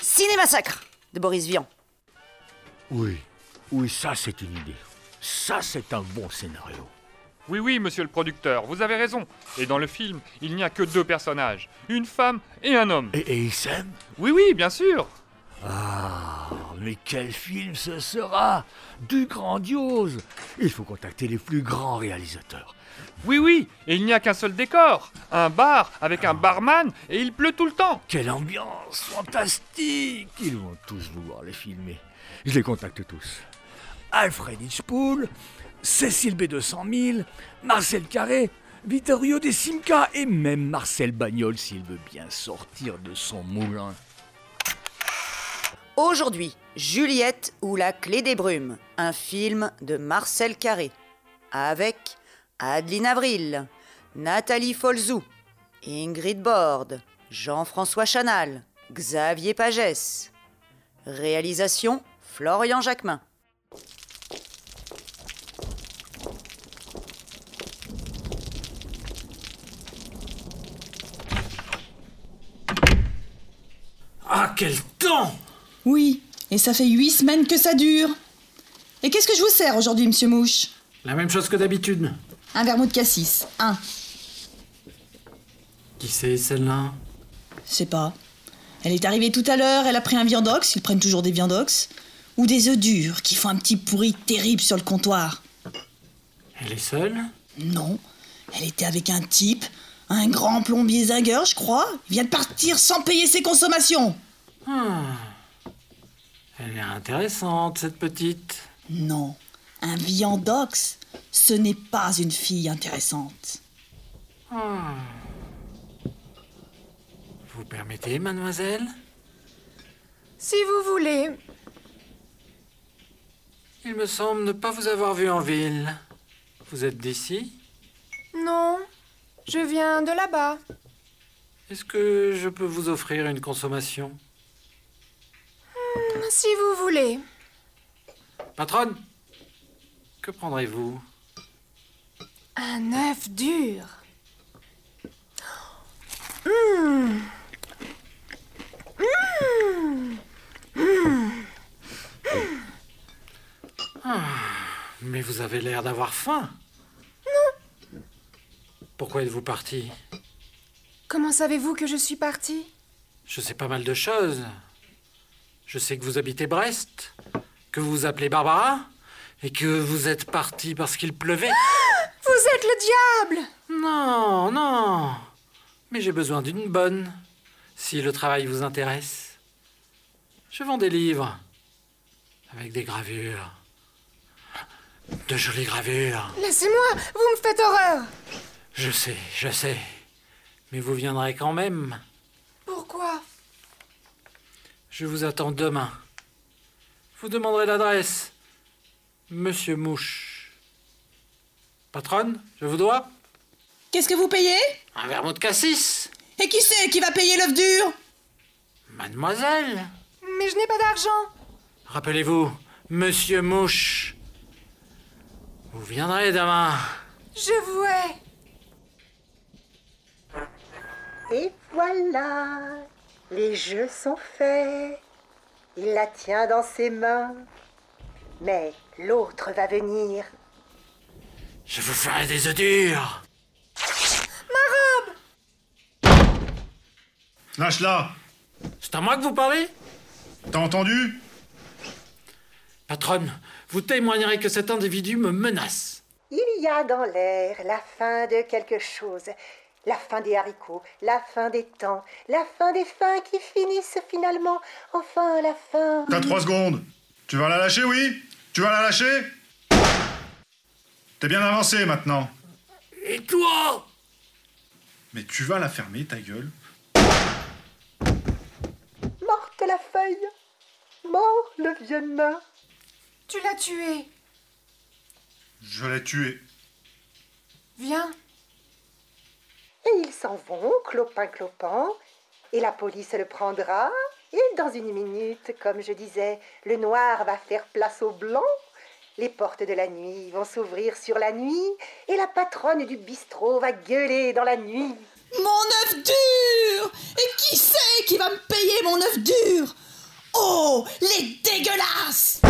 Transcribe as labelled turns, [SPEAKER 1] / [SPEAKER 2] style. [SPEAKER 1] Ciné-massacre de Boris Vian.
[SPEAKER 2] Oui, oui, ça c'est une idée. Ça c'est un bon scénario.
[SPEAKER 3] Oui, oui, monsieur le producteur, vous avez raison. Et dans le film, il n'y a que deux personnages, une femme et un homme.
[SPEAKER 2] Et, et ils s'aiment
[SPEAKER 3] Oui, oui, bien sûr.
[SPEAKER 2] Ah, mais quel film ce sera Du grandiose Il faut contacter les plus grands réalisateurs.
[SPEAKER 3] Oui, oui, et il n'y a qu'un seul décor, un bar avec un barman et il pleut tout le temps.
[SPEAKER 2] Quelle ambiance fantastique Ils vont tous vouloir les filmer. Je les contacte tous.
[SPEAKER 4] Alfred Hitchpool, Cécile B200000, Marcel Carré, Vittorio De Simca et même Marcel Bagnol s'il veut bien sortir de son moulin.
[SPEAKER 1] Aujourd'hui, Juliette ou la clé des brumes, un film de Marcel Carré, avec Adeline Avril, Nathalie Folzou, Ingrid Borde, Jean-François Chanal, Xavier Pagès. Réalisation Florian Jacquemin.
[SPEAKER 5] Ah, quel temps
[SPEAKER 6] Oui, et ça fait huit semaines que ça dure. Et qu'est-ce que je vous sers aujourd'hui, monsieur Mouche
[SPEAKER 5] La même chose que d'habitude.
[SPEAKER 6] Un vermouth de cassis, un.
[SPEAKER 5] Qui c'est celle-là
[SPEAKER 6] Je sais pas. Elle est arrivée tout à l'heure, elle a pris un viandox, ils prennent toujours des viandox. Ou des œufs durs qui font un petit pourri terrible sur le comptoir.
[SPEAKER 5] Elle est seule
[SPEAKER 6] Non, elle était avec un type, un grand plombier zagueur, je crois. Il vient de partir sans payer ses consommations.
[SPEAKER 5] Ah. Elle est intéressante, cette petite.
[SPEAKER 6] Non, un viandox, ce n'est pas une fille intéressante.
[SPEAKER 5] Ah. Vous permettez, mademoiselle
[SPEAKER 7] Si vous voulez.
[SPEAKER 5] Il me semble ne pas vous avoir vu en ville. Vous êtes d'ici
[SPEAKER 7] Non, je viens de là-bas.
[SPEAKER 5] Est-ce que je peux vous offrir une consommation
[SPEAKER 7] Si vous voulez.
[SPEAKER 5] Patronne Que prendrez-vous
[SPEAKER 7] Un œuf dur. Mmh. Mmh.
[SPEAKER 5] Mais vous avez l'air d'avoir faim. Pourquoi êtes-vous parti
[SPEAKER 7] Comment savez-vous que je suis partie
[SPEAKER 5] Je sais pas mal de choses. Je sais que vous habitez Brest, que vous vous appelez Barbara, et que vous êtes parti parce qu'il pleuvait.
[SPEAKER 7] Vous êtes le diable
[SPEAKER 5] Non, non. Mais j'ai besoin d'une bonne, si le travail vous intéresse. Je vends des livres, avec des gravures. De jolies gravures.
[SPEAKER 7] Laissez-moi, vous me faites horreur
[SPEAKER 5] Je sais, je sais. Mais vous viendrez quand même.
[SPEAKER 7] Pourquoi
[SPEAKER 5] Je vous attends demain. Vous demanderez l'adresse. Monsieur Mouche. Patronne, je vous dois
[SPEAKER 6] Qu'est-ce que vous payez
[SPEAKER 5] un vermouth de cassis.
[SPEAKER 6] Et qui c'est qui va payer l'œuf dur
[SPEAKER 5] Mademoiselle.
[SPEAKER 7] Mais je n'ai pas d'argent.
[SPEAKER 5] Rappelez-vous, Monsieur Mouche. Vous viendrez demain.
[SPEAKER 7] Je vous hais.
[SPEAKER 8] Et voilà, les jeux sont faits. Il la tient dans ses mains. Mais l'autre va venir.
[SPEAKER 5] Je vous ferai des œufs durs.
[SPEAKER 9] Lâche-la
[SPEAKER 5] C'est à moi que vous parlez
[SPEAKER 9] T'as entendu
[SPEAKER 5] Patronne, vous témoignerez que cet individu me menace.
[SPEAKER 8] Il y a dans l'air la fin de quelque chose. La fin des haricots, la fin des temps, la fin des fins qui finissent finalement. Enfin, la fin.
[SPEAKER 9] T'as trois secondes. Tu vas la lâcher, oui Tu vas la lâcher T'es bien avancé maintenant.
[SPEAKER 5] Et toi
[SPEAKER 9] Mais tu vas la fermer, ta gueule.
[SPEAKER 8] Morte la feuille. Mort le vieux nain.
[SPEAKER 7] Tu l'as tué.
[SPEAKER 9] Je l'ai tuée.
[SPEAKER 7] Viens.
[SPEAKER 8] Et ils s'en vont, clopin clopant. Et la police le prendra. Et dans une minute, comme je disais, le noir va faire place au blanc. Les portes de la nuit vont s'ouvrir sur la nuit. Et la patronne du bistrot va gueuler dans la nuit.
[SPEAKER 6] Mon œuf dur Et qui c'est qui va me payer mon œuf dur Les dégueulasses